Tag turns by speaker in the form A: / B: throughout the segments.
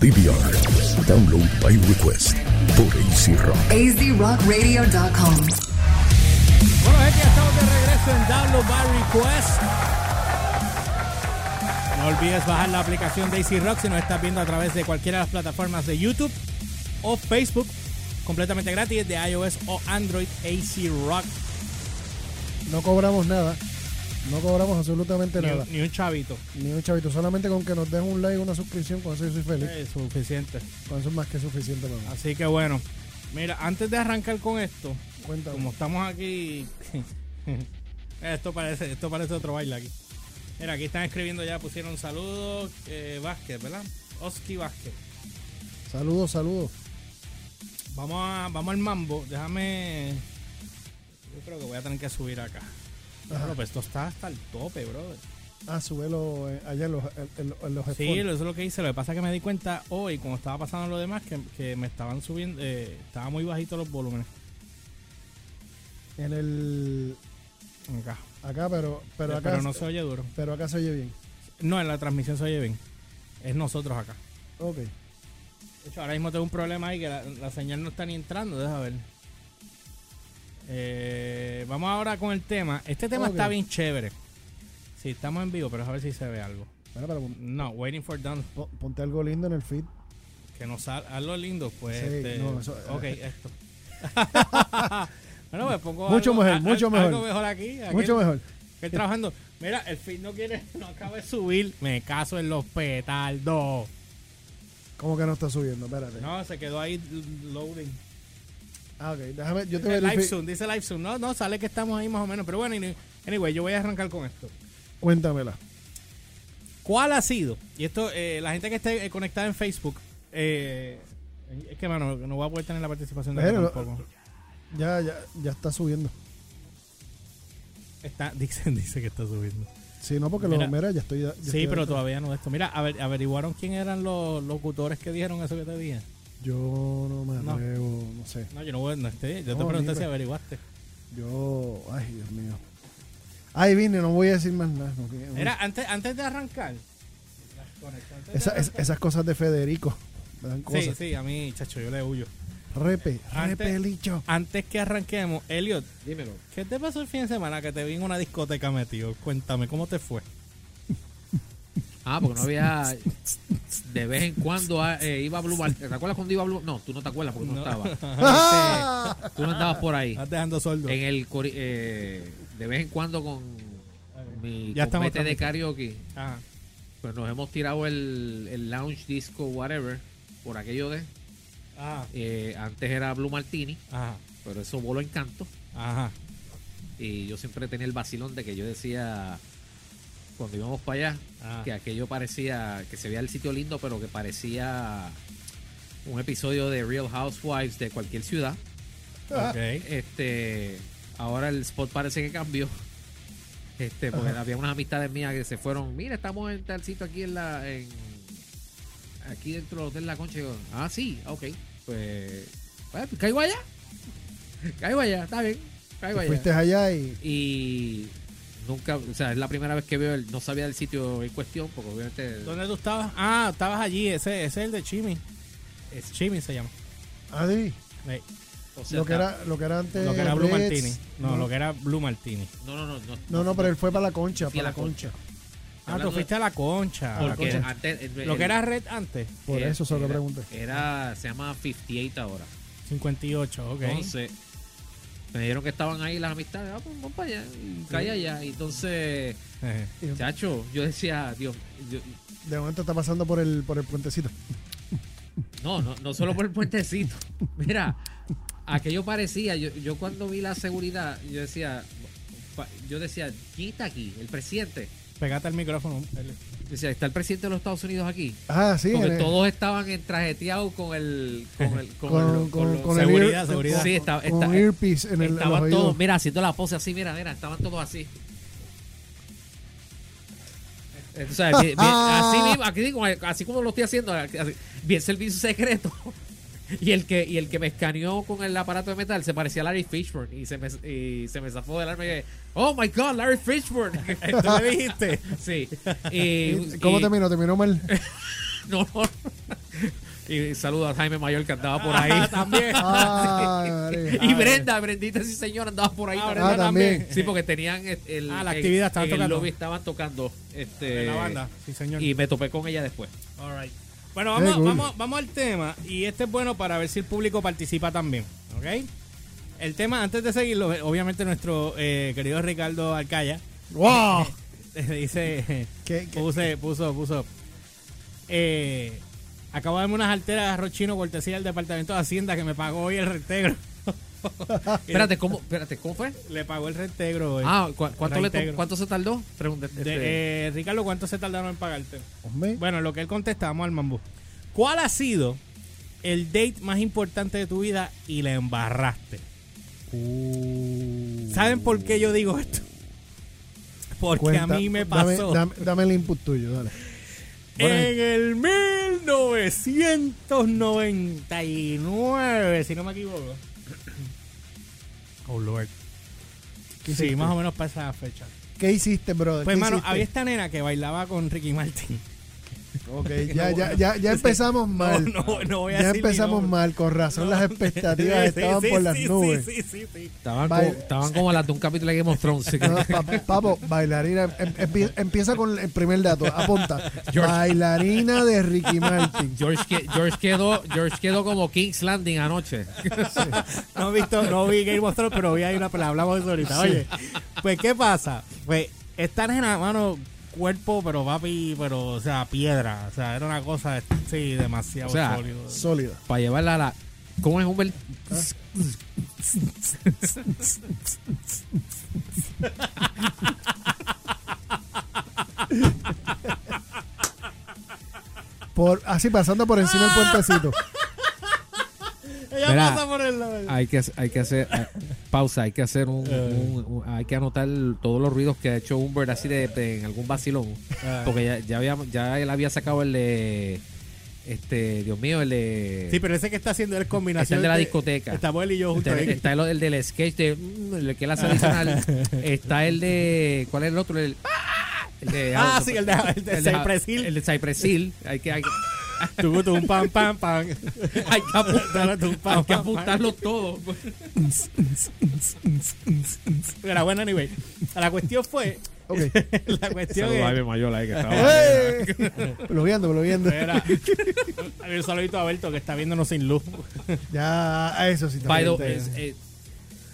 A: DVR. Download by request por AC Rock.
B: azrockradio.com.
C: Bueno, gente, ya estamos de regreso en Download by Request. No olvides bajar la aplicación de Easy Rock si nos estás viendo a través de cualquiera de las plataformas de YouTube o Facebook, completamente gratis de iOS o Android AC Rock.
D: No cobramos nada. No cobramos absolutamente
C: Ni,
D: nada.
C: un- ni un chavito.
D: Ni un chavito. Solamente con que nos den un like, una suscripción, con eso yo soy feliz.
C: Es suficiente.
D: Con eso es más que suficiente para mí.
C: Así que bueno, mira, antes de arrancar con esto,
D: Cuéntame.
C: como estamos aquí, esto parece, esto parece otro baile aquí. Mira, aquí están escribiendo ya, pusieron saludos, eh, Vázquez, ¿verdad? Oski Vázquez.
D: Saludos, saludos.
C: Vamos, a- vamos al mambo. Déjame. Yo creo que voy a tener que subir acá. Claro, pues esto está hasta el tope, brother.
D: Ah, súbelo eh, allá en los, en- en los- en los
C: Sí,
D: spoilers.
C: eso es lo que hice. Lo que pasa es que me di cuenta hoy, cuando estaba pasando lo demás, que, que me estaban subiendo. eh, estaba muy bajito los volúmenes.
D: En el.
C: Acá.
D: Acá, pero, pero
C: Eh,
D: acá.
C: no se oye duro.
D: pero acá se oye bien.
C: No, en la transmisión se oye bien. Es nosotros acá.
D: Ok.
C: De hecho, ahora mismo tengo un problema ahí que la, la señal no está ni entrando. Deja ver. Eh, vamos ahora con el tema. Este tema
D: Ok.
C: está bien chévere. Sí, estamos en vivo, pero a ver si se ve algo.
D: Bueno, pero pon-
C: No, Waiting for Dawn.
D: pon- ponte algo lindo en el feed.
C: Que nos salga algo lindo, pues.
D: Sí,
C: este,
D: no, eso- eh.
C: ok, esto. bueno, pues pongo
D: Mucho
C: algo,
D: mejor,
C: a- a-
D: mucho
C: Algo
D: mejor.
C: mejor aquí. aquí
D: Mucho mejor.
C: Estoy trabajando. Mira, el feed no quiere, no acaba de subir. Me caso en los petardos.
D: Como que no está subiendo, espérate.
C: No, se quedó ahí loading.
D: Ah, ok. Déjame, yo te
C: Dice live
D: verifico.
C: Zoom, dice live Zoom. No, no, sale que estamos ahí más o menos. Pero bueno, any- anyway, yo voy a arrancar con esto.
D: Cuéntamela.
C: ¿Cuál ha sido? Y esto, eh, la gente que esté eh, conectada en Facebook, eh, es que, mano, no voy a poder tener la participación de acá
D: Pero-
C: tampoco.
D: Ya, ya, ya está subiendo.
C: Está, Dixon dice que está subiendo.
D: Sí, no, porque
C: Mira.
D: lo mira, ya estoy. ya estoy
C: Sí, pero
D: adentro.
C: todavía no de esto. Mira, aver- averiguaron quién eran los locutores que dijeron eso que te dije.
D: Yo no me
C: No.
D: atrevo, no. sé.
C: No, yo no voy, no estoy. Yo te
D: No,
C: pregunté
D: dime.
C: si averiguaste.
D: Yo. Ay, Dios mío. Ay, vine, no voy a decir más nada. no, que-
C: Mira, antes, antes de arrancar. antes de
D: Esa- es-
C: arrancar-
D: esas cosas de Federico. me dan
C: sí,
D: cosas.
C: sí, a mí, chacho, yo le huyo.
D: Repe,
C: Antes-
D: repelicho.
C: Antes que arranquemos, Elliot,
E: Dímelo.
C: ¿qué te pasó el fin de semana que te vi en una discoteca metido? Cuéntame, ¿cómo te fue?
E: Ah, porque no había. De vez en cuando ah, eh, iba a Blue Bar. ¿Te acuerdas cuando iba a Blue No, tú no te acuerdas porque tú no, estabas. Este, tú no andabas por ahí.
C: Estás dejando sordo.
E: En el. cori- eh, de vez en cuando con mi
C: Ya estamos
E: compete de
C: transmitiendo.
E: karaoke,
C: Ajá.
E: pues nos hemos tirado el, el lounge disco, whatever, por aquello de.
C: Ajá.
E: eh, antes era Blue Martini,
C: Ajá.
E: pero eso voló encanto.
C: Ajá.
E: Y yo siempre tenía el vacilón de que yo decía, cuando íbamos para allá,
C: Ah.
E: que aquello parecía, que se veía el sitio lindo, pero que parecía un episodio de Real Housewives de cualquier ciudad. Ah.
C: Ok.
E: Este, ahora el spot parece que cambió. Este, porque había unas amistades mías que se fueron, mira, estamos en tal sitio aquí en la, en- aquí dentro del Hotel La Concha. Y yo, ah, sí, ok. Pues, pues, caigo allá. Caigo allá, está bien.
D: Te
E: Caigo allá
D: fuiste allá y.
E: y nunca, o sea, es la primera vez que veo, el, no sabía del sitio en cuestión, porque obviamente
C: ¿Dónde tú estabas? Ah, estabas allí. Ese, ese es el de Chimi. Es Chimi se llama.
D: Adi,
C: Ey,
E: o sea,
D: lo que
E: está-
D: era, lo que era antes.
C: lo que era Blue
D: Blitz,
C: Martini. No,
D: no,
C: lo que era Blue Martini.
E: no, no, no, no,
D: No, no, pero él fue para la concha,
E: Fui a
D: para la
E: la
D: concha.
C: Ah, tú fuiste a la concha. a la
E: porque
C: concha.
E: antes el-
C: Lo que
E: el-
C: era Red antes.
D: ah, Por
E: el-
D: eso se lo
C: eh,
E: era-
D: pregunté.
E: Era se llama 58 ahora.
C: 58, ok.
E: Entonces me dijeron que estaban ahí las amistades, ah, pues vamos para allá, y calla allá. Y entonces,
C: Ejé.
D: Y
E: chacho, yo decía, Dios, yo-
D: de momento está pasando por el, por el puentecito.
E: No, no, no solo por el puentecito. Mira, aquello parecía, yo, yo cuando vi la seguridad, yo decía, pa- yo decía, ¿quién está aquí? El presidente.
C: Pegate al micrófono. L.
E: Yo decía, ¿está el presidente de los Estados Unidos aquí?
D: Ah, sí.
E: Porque
D: en-
E: todos estaban entrajeteados con el... Con el... Con,
D: con,
E: el-
D: con-
E: con los-
D: con el
C: seguridad,
D: ear-
C: seguridad.
E: Sí, estaba-
D: con
E: está-
D: earpiece en el en los
E: estaban
D: oídos.
E: todos, mira, haciendo la pose así, mira, mira, estaban todos así. Eh, tú sabes, bien- bien- así mismo, aquí digo, así como lo estoy haciendo, así- bien servicio secreto. Y el que y el que me escaneó con el aparato de metal se parecía a Larry Fishburne y se me, y se me zafó del arma y dije, oh my god, Larry Fishburne.
C: ¿Tú le dijiste?
E: sí. Y,
D: ¿Cómo
E: y-
D: terminó? ¿Terminó mal?
E: No, no. Y saludo a Jaime Mayor que andaba por ahí.
C: Ah, también.
D: Ah, María.
E: Y Brenda, Brendita, sí señor, andaba por ahí
C: Ah,
E: también.
D: Ah, también.
E: Sí, porque tenían el- el,
C: Ah, la
E: en-
C: actividad, estaban
E: en el
C: tocando.
E: lobby estaban tocando este,
C: De la banda, sí, señor.
E: Y me topé con ella después.
C: All right. Bueno,
D: Qué
C: vamos,
D: cool.
C: vamos, vamos al tema. Y este es bueno para ver si el público participa también. ¿Ok? El tema, antes de seguirlo, eh, obviamente nuestro eh, querido Ricardo Alcaya
D: ¡Wow!
C: dice:
D: ¿Qué- qué?
C: Puse, puso, puso. eh, acabo de darme unas alteras de rochino cortesía del Departamento de Hacienda que me pagó hoy el reintegro.
E: Espérate, ¿cómo, espérate, ¿cómo fue?
C: Le pagó el reintegro hoy.
E: Ah, ¿cu- ¿cuánto, le to-
C: Reintegro.
E: ¿cuánto se tardó? Pregunta,
C: Pues, De-
E: este,
C: eh, Ricardo, ¿cuánto se tardaron en pagarte?
D: Hombre.
C: Bueno, lo que él contesta, vamos al mambo. ¿Cuál ha sido el date más importante de tu vida y la embarraste?
D: Uh.
C: ¿Saben por qué yo digo esto? Porque
D: Cuenta,
C: a mí me
D: dame-
C: pasó.
D: Dame, dame el input tuyo, dale.
C: en el 1999, si no me equivoco. Oh, Lord.
D: ¿Qué
C: Sí,
D: hiciste?
C: más o menos para esa fecha.
D: ¿Qué hiciste, brother?
C: Pues,
D: ¿Qué
C: hermano,
D: hiciste?
C: había esta nena que bailaba con Ricky Martin.
D: Ok, ya, ya, ya, ya empezamos mal.
C: No, no, no voy a
D: ya
C: decir ni
D: empezamos
C: nombre.
D: mal, con razón las expectativas
C: Sí,
D: estaban
C: sí,
D: por las
C: sí,
D: nubes.
C: sí, sí, sí.
E: estaban,
D: baile-
E: como, estaban como las de un capítulo de Game of Thrones. así que-
D: No, pap- papo, bailarina. em- em- Empieza con el primer dato, apunta.
E: George.
D: Bailarina de Ricky Martin.
E: George, que- George quedó, George quedó como King's Landing anoche.
C: No he visto, no vi Game of Thrones, pero vi ahí una pelea, hablamos de eso ahorita. Oye, pues ¿qué pasa? Pues esta nena, mano, cuerpo, pero papi, pero, o sea, piedra. O sea, era una cosa, sí, demasiado
E: O sea,
C: sólido.
D: Sólida.
E: Para llevarla a la. ¿Cómo es Humber?
D: Por, así pasando por encima del
C: Ah.
D: puentecito.
C: Ella
E: Mira,
C: pasa por el lado.
E: Hay que, hay que hacer. eh, pausa, hay que hacer un,
C: Eh.
E: un- un- Hay que anotar todos los ruidos que ha hecho Humber así de, de- en algún vacilón.
C: Ah.
E: Porque ya, ya, había, ya él había sacado el de. Este, Dios mío, el de.
C: Sí, pero ese que está haciendo es
E: Está
C: combinación.
E: el de la discoteca.
C: Estamos él y yo juntos
E: Está,
C: ahí.
E: está el, el del sketch de mm, el que él hace adicional. Está el de. ¿Cuál es el otro? El, ¡ah! El de-
C: Ah, sí, el de- el de Cypress Hill.
E: El de Cypress Hill. Hay que, hay,
C: Tú, tú, un pam, pam, pam.
E: hay que apuntar-
C: Tú, pam, pam,
E: hay que
C: pam.
E: apuntarlos todos.
C: Era bueno, anyway. La cuestión fue.
D: Ok.
C: La cuestión es.
E: Mayola, que
D: ¡Eh! Blogueando, blogueando.
C: Espera. Un saludito a Alberto que está viéndonos sin luz.
D: Ya, a eso sí.
E: By the-
D: también te-
E: es- eh,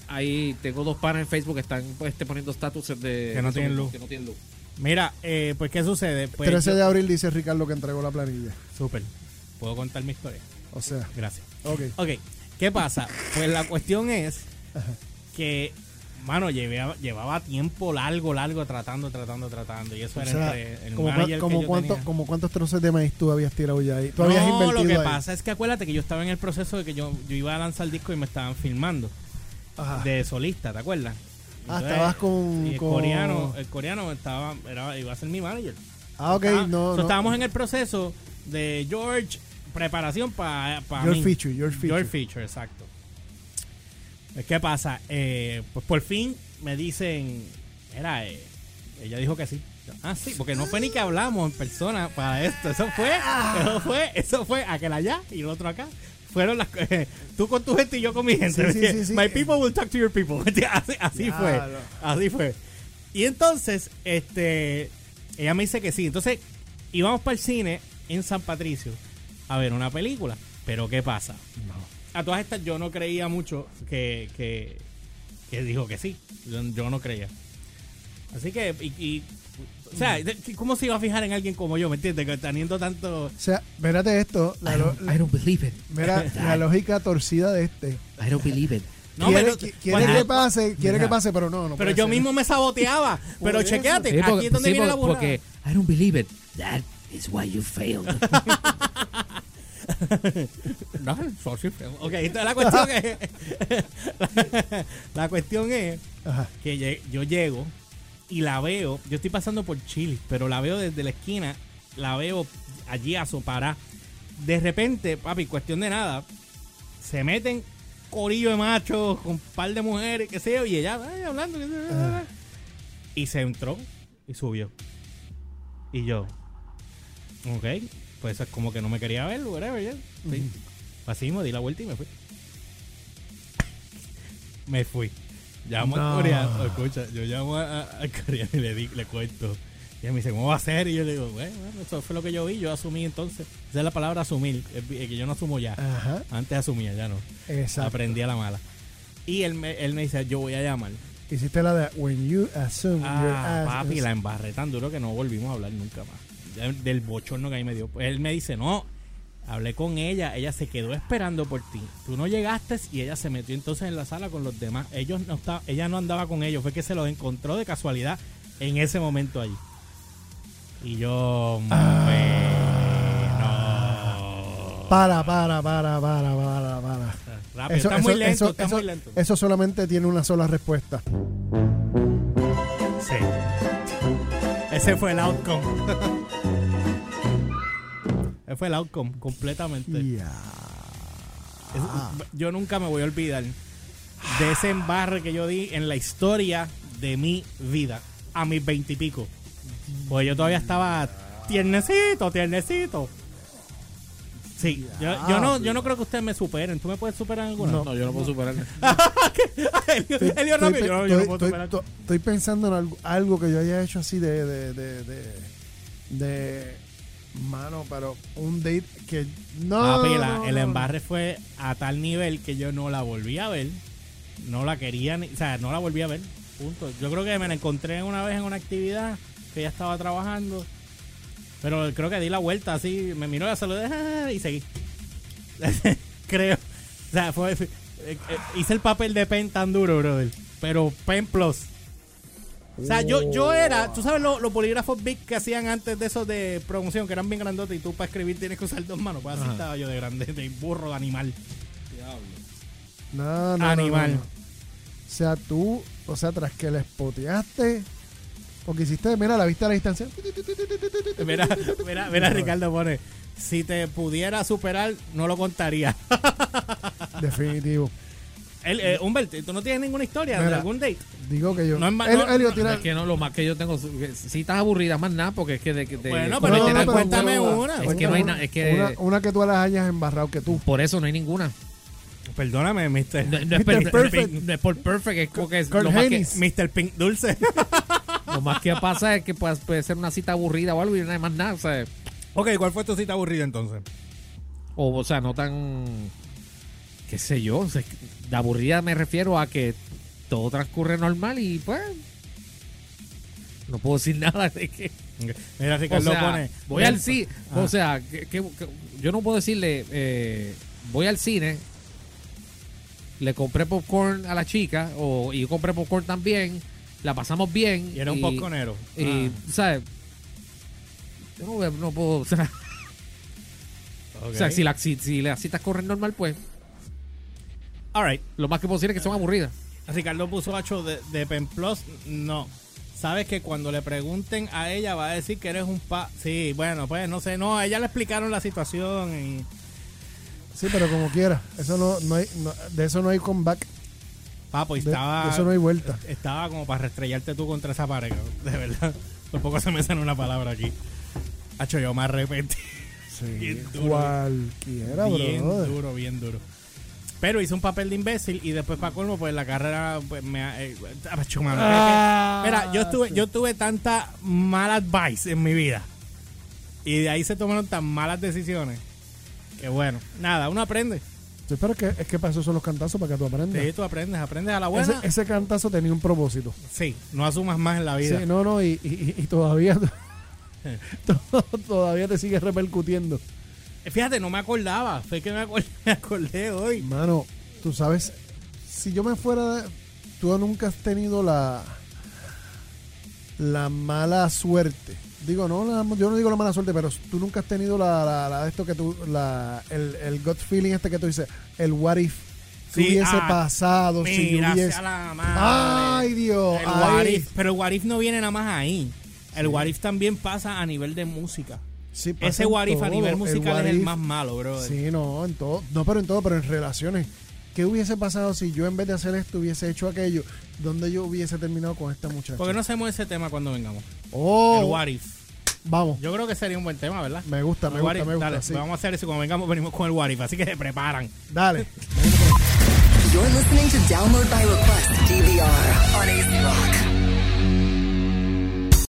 E: ahí tengo dos panas en Facebook que están pues, este, poniendo status de.
C: Que no tienen luz.
E: Que no tienen luz.
C: Mira, eh, pues ¿qué sucede? Pues,
D: 13 de
C: yo-
D: abril dice Ricardo que entregó la planilla.
C: Súper. Puedo contar mi historia.
D: O sea,
C: Gracias.
D: ok.
C: Ok, ¿qué pasa? Pues la cuestión es que, mano, llevaba, llevaba tiempo largo, largo tratando, tratando, tratando. Y eso
D: O
C: era
D: sea,
C: entre el
D: como, cua-
C: manager
D: como
C: que yo
D: cuánto-
C: tenía.
D: como cuántos trozos de maíz tú habías tirado ya ahí. Tú
C: no,
D: habías invertido
C: lo que
D: ahí.
C: pasa es que acuérdate que yo estaba en el proceso de que yo, yo iba a lanzar el disco y me estaban filmando
D: Ajá.
C: de solista, ¿te acuerdas?
D: Ah,
C: Entonces,
D: estabas con-
C: y el
D: con-
C: coreano, el coreano estaba, era, iba a ser mi manager.
D: Ah, ok,
C: Estaba-
D: no,
C: so,
D: no.
C: Estábamos en el proceso de George, preparación para
D: George Feature, George Feature.
C: exacto. Pues, ¿Qué pasa? Eh, pues por fin me dicen, era, eh, ella dijo que sí. Yo, Ah, sí, porque no fue ni que hablamos en persona para esto. Eso fue, eso fue, eso fue aquel allá y el otro acá. Fueron las. eh, tú con tu gente y yo con mi gente.
D: Sí, sí, sí, sí.
C: My people will talk to your people. así así fue.
D: Diablo.
C: Así fue. Y entonces, este, ella me dice que sí. Entonces, íbamos para el cine en San Patricio a ver una película. Pero, ¿qué pasa? A todas estas, yo no creía mucho que, que, que dijo que sí. Yo, yo no creía. Así que, y, y- o
D: Mm.
C: sea, de- ¿cómo se iba a fijar en alguien como yo? ¿Me entiendes? Que Teniendo tanto.
D: O sea, espérate esto. La,
E: I
D: lo-
E: don't, I don't believe it.
D: mira, la lógica torcida de este.
E: I don't believe it.
C: No,
D: quiere
C: pero-
D: qui- quiere
C: cuando-
D: que pase, quiere que pase, pero no, no
C: Pero
D: puede
C: yo
D: ser.
C: mismo me saboteaba. Pero
D: eso.
C: chequéate,
E: Sí,
C: aquí es donde
E: sí,
C: viene la
E: porque-
C: burla.
E: porque I don't believe it. That is why you failed.
C: No, Ok, entonces la cuestión es. la, cuestión es
D: Ajá.
C: que lle- yo llego y la veo. Yo estoy pasando por Chile, pero la veo desde la esquina. La veo allí a sopará. De repente, papi, cuestión de nada, se meten corillo de machos con un par de mujeres, qué sé yo, y ella ay, hablando. qué sé yo, Y se entró y subió. Y yo, ok. Pues eso es como que no me quería ver, whatever, ya. Sí. Así mismo di la vuelta y me fui. me fui. Llamo
D: No.
C: al coreano, escucha, Ah, yo llamo a- a- al coreano y le, di, le cuento. Y él me dice, ¿cómo va a ser? Y yo le digo, bueno, bueno, eso fue lo que yo vi, yo asumí entonces. Esa es la palabra asumir, es vi- es que yo no asumo ya.
D: Ajá.
C: Antes asumía, ya no.
D: Ah. Exacto.
C: Aprendí a la mala. Y él me, él me dice, yo voy a llamar.
D: Hiciste la de When You Assume Your
C: Ah,
D: Ass.
C: papi,
D: is-"
C: la embarré tan duro que no volvimos a hablar nunca más. Ya Del bochorno que ahí me dio. Pues Él me dice, no, hablé con ella, ella se quedó esperando por ti. Tú no llegaste y ella se metió entonces en la sala con los demás. Ellos no estaba, ella no andaba con ellos, fue que se los encontró de casualidad en ese momento allí. Y yo, mm,
D: Ah,
C: bueno,
D: Para, para, para, para, para, para.
C: rápido, está muy lento, está muy
D: eso-
C: lento.
D: eso solamente tiene una sola respuesta.
C: Sí. Ese fue el outcome. Ese fue el outcome, completamente.
D: Ya.
C: Es-
D: Ah.
C: yo nunca me voy a olvidar de ese embarre que yo di en la historia de mi vida a mis veintipico. Pues yo todavía estaba tiernecito, tiernecito. Sí, yo, yo no, yo no creo que ustedes me superen. ¿Tú me puedes superar en alguna?
E: No, yo no puedo superar.
C: Elio, Elio rápido.
D: Estoy-
C: Yo no-
D: estoy-
C: yo no puedo
D: estoy-
C: superar.
D: estoy- Estoy pensando en algo, algo que yo haya hecho así de, de, de, de, de- mano, pero un date que no.
C: Papi, la-
D: no,
C: Ah, el
D: no,
C: embarre fue a tal nivel que yo no la volví a ver. No la quería, ni, o sea, no la volví a ver. Punto. Yo creo que me la encontré una vez en una actividad que ella estaba trabajando. Pero creo que di la vuelta así, me miró, la saludé ah, y seguí. creo. O sea, fue, fue- eh, eh, hice el papel de Pen tan duro, brother. Pero Pen Plus. O sea, yo,
E: Oh.
C: yo era, tú sabes lo- los bolígrafos big que hacían antes de esos de promoción, que eran bien grandotes y tú para escribir tienes que usar dos manos. Pues así estaba yo de grande, de burro, de animal.
D: No, no, no, no,
C: Animal.
D: no. O sea, tú, o sea, tras que la espoteaste, porque hiciste, mira, la viste a la distancia.
C: Mira, mira, mira, Ricardo pone, si te pudiera superar, no lo contaría.
D: Definitivo.
C: Él, eh, Humbert, ¿tú no tienes ninguna historia de
D: Mira.
C: algún date?
D: Digo que yo.
C: No es ma-
D: Elio-
C: no,
D: Elio,
C: no,
D: tira-
E: Es que no, lo más que yo tengo. Si estás aburrida, más nada, porque es que de. de-
C: Bueno,
E: de-
C: pero
E: de-
C: no,
E: de-
C: cuéntame
E: de-
C: una.
E: Es que no hay nada. Es que.
D: Una, una que tú las hayas embarrado que tú.
E: Por eso no hay ninguna.
C: Perdóname, Mr.
E: No, no es,
D: Mr.
E: per-
D: Perfect.
E: no es por perfect, es como que es
D: Kurt
E: lo más que,
D: Hennig.
C: Mr. Pink Dulce.
E: lo más que pasa es que puede, puede ser una cita aburrida o algo y no hay más nada, o sea,
C: ok, ¿cuál fue tu cita aburrida entonces?
E: o, o sea, no tan qué sé yo, o sea, de aburrida me refiero a que todo transcurre normal y pues no puedo decir nada de que
C: Mira,
E: o
C: Ricardo
E: sea,
C: pone. Ah.
E: voy al cine, o sea, que, que- que- yo no puedo decirle eh, voy al cine le compré popcorn a la chica o y yo compré popcorn también, la pasamos bien
C: Y era un popcornero. Ah.
E: Y, ¿sabes? Yo no, veo- no puedo. O sea,
C: Ah, ok.
E: o sea, si, la- si- si las citas corren normal, pues
C: All right.
E: lo más que puedo decir es que son aburridas.
C: Ricardo puso hacho de, de Pen Plus. No. Sabes que cuando le pregunten a ella va a decir que eres un pa. Sí, bueno, pues no sé. No, a ella le explicaron la situación. Y...
D: Sí, pero como quiera. Eso no, no hay, no- de eso no hay comeback.
C: Papo, y
D: De-
C: estaba.
D: de eso no hay vuelta.
C: Estaba como para restrellarte tú contra esa pared, cabrón, De verdad. Por poco se me sale una palabra aquí. Hacho, yo me arrepentí.
D: Sí,
C: Bien duro.
D: cualquiera,
C: bien
D: brother.
C: duro, bien duro. Pero hice un papel de imbécil y después para colmo, pues la carrera pues, me... ha- eh, ah, chumano,
D: Ah,
C: es que- mira, yo, estuve, yo tuve tanta mal advice en mi vida. Y de ahí se tomaron tan malas decisiones. Que bueno, nada, uno aprende.
D: Sí, pero es que, es que para eso son los cantazos, para que tú aprendas.
C: Sí, tú aprendes, aprendes a la
D: ese,
C: buena.
D: ese cantazo tenía un propósito.
C: Sí, no asumas más en la vida.
D: Sí, no, no, y, y- y- y todavía to- todavía te sigue repercutiendo.
C: Eh, Fíjate, no me acordaba. Fue que me acordé, me acordé hoy.
D: Mano, tú sabes, si yo me fuera, de- tú nunca has tenido la la mala suerte. Digo, no, la- yo no digo la mala suerte, pero tú nunca has tenido la, la- la- esto que tú, la, el, el gut feeling este que tú dices, el what if. Si
C: Sí,
D: hubiese
C: ah,
D: pasado, si
C: Mira,
D: hubiese...
C: sea la madre.
D: Ay, Dios.
C: El
D: ay.
C: what if, pero el what if no viene nada más ahí. El what if también pasa a nivel de música.
D: Sí, pasa
C: Ese
D: en
C: what if a
D: todo,
C: nivel musical
D: what
C: es el
D: if.
C: más malo, brother.
D: Sí, no, en todo. No, pero en todo, pero en relaciones. ¿Qué hubiese pasado si yo en vez de hacer esto hubiese hecho aquello? ¿Dónde yo hubiese terminado con esta muchacha?
C: Porque no hacemos ese tema cuando vengamos.
D: Oh,
C: El what if.
D: Vamos.
C: Yo creo que sería un buen tema, ¿verdad?
D: Me gusta, me gusta,
C: Warif,
D: me gusta.
C: Dale,
D: sí.
C: vamos a hacer eso. Cuando vengamos, venimos con el Warif. Así que se preparan.
D: Dale.
B: You're listening to Download by Request, DVR, on a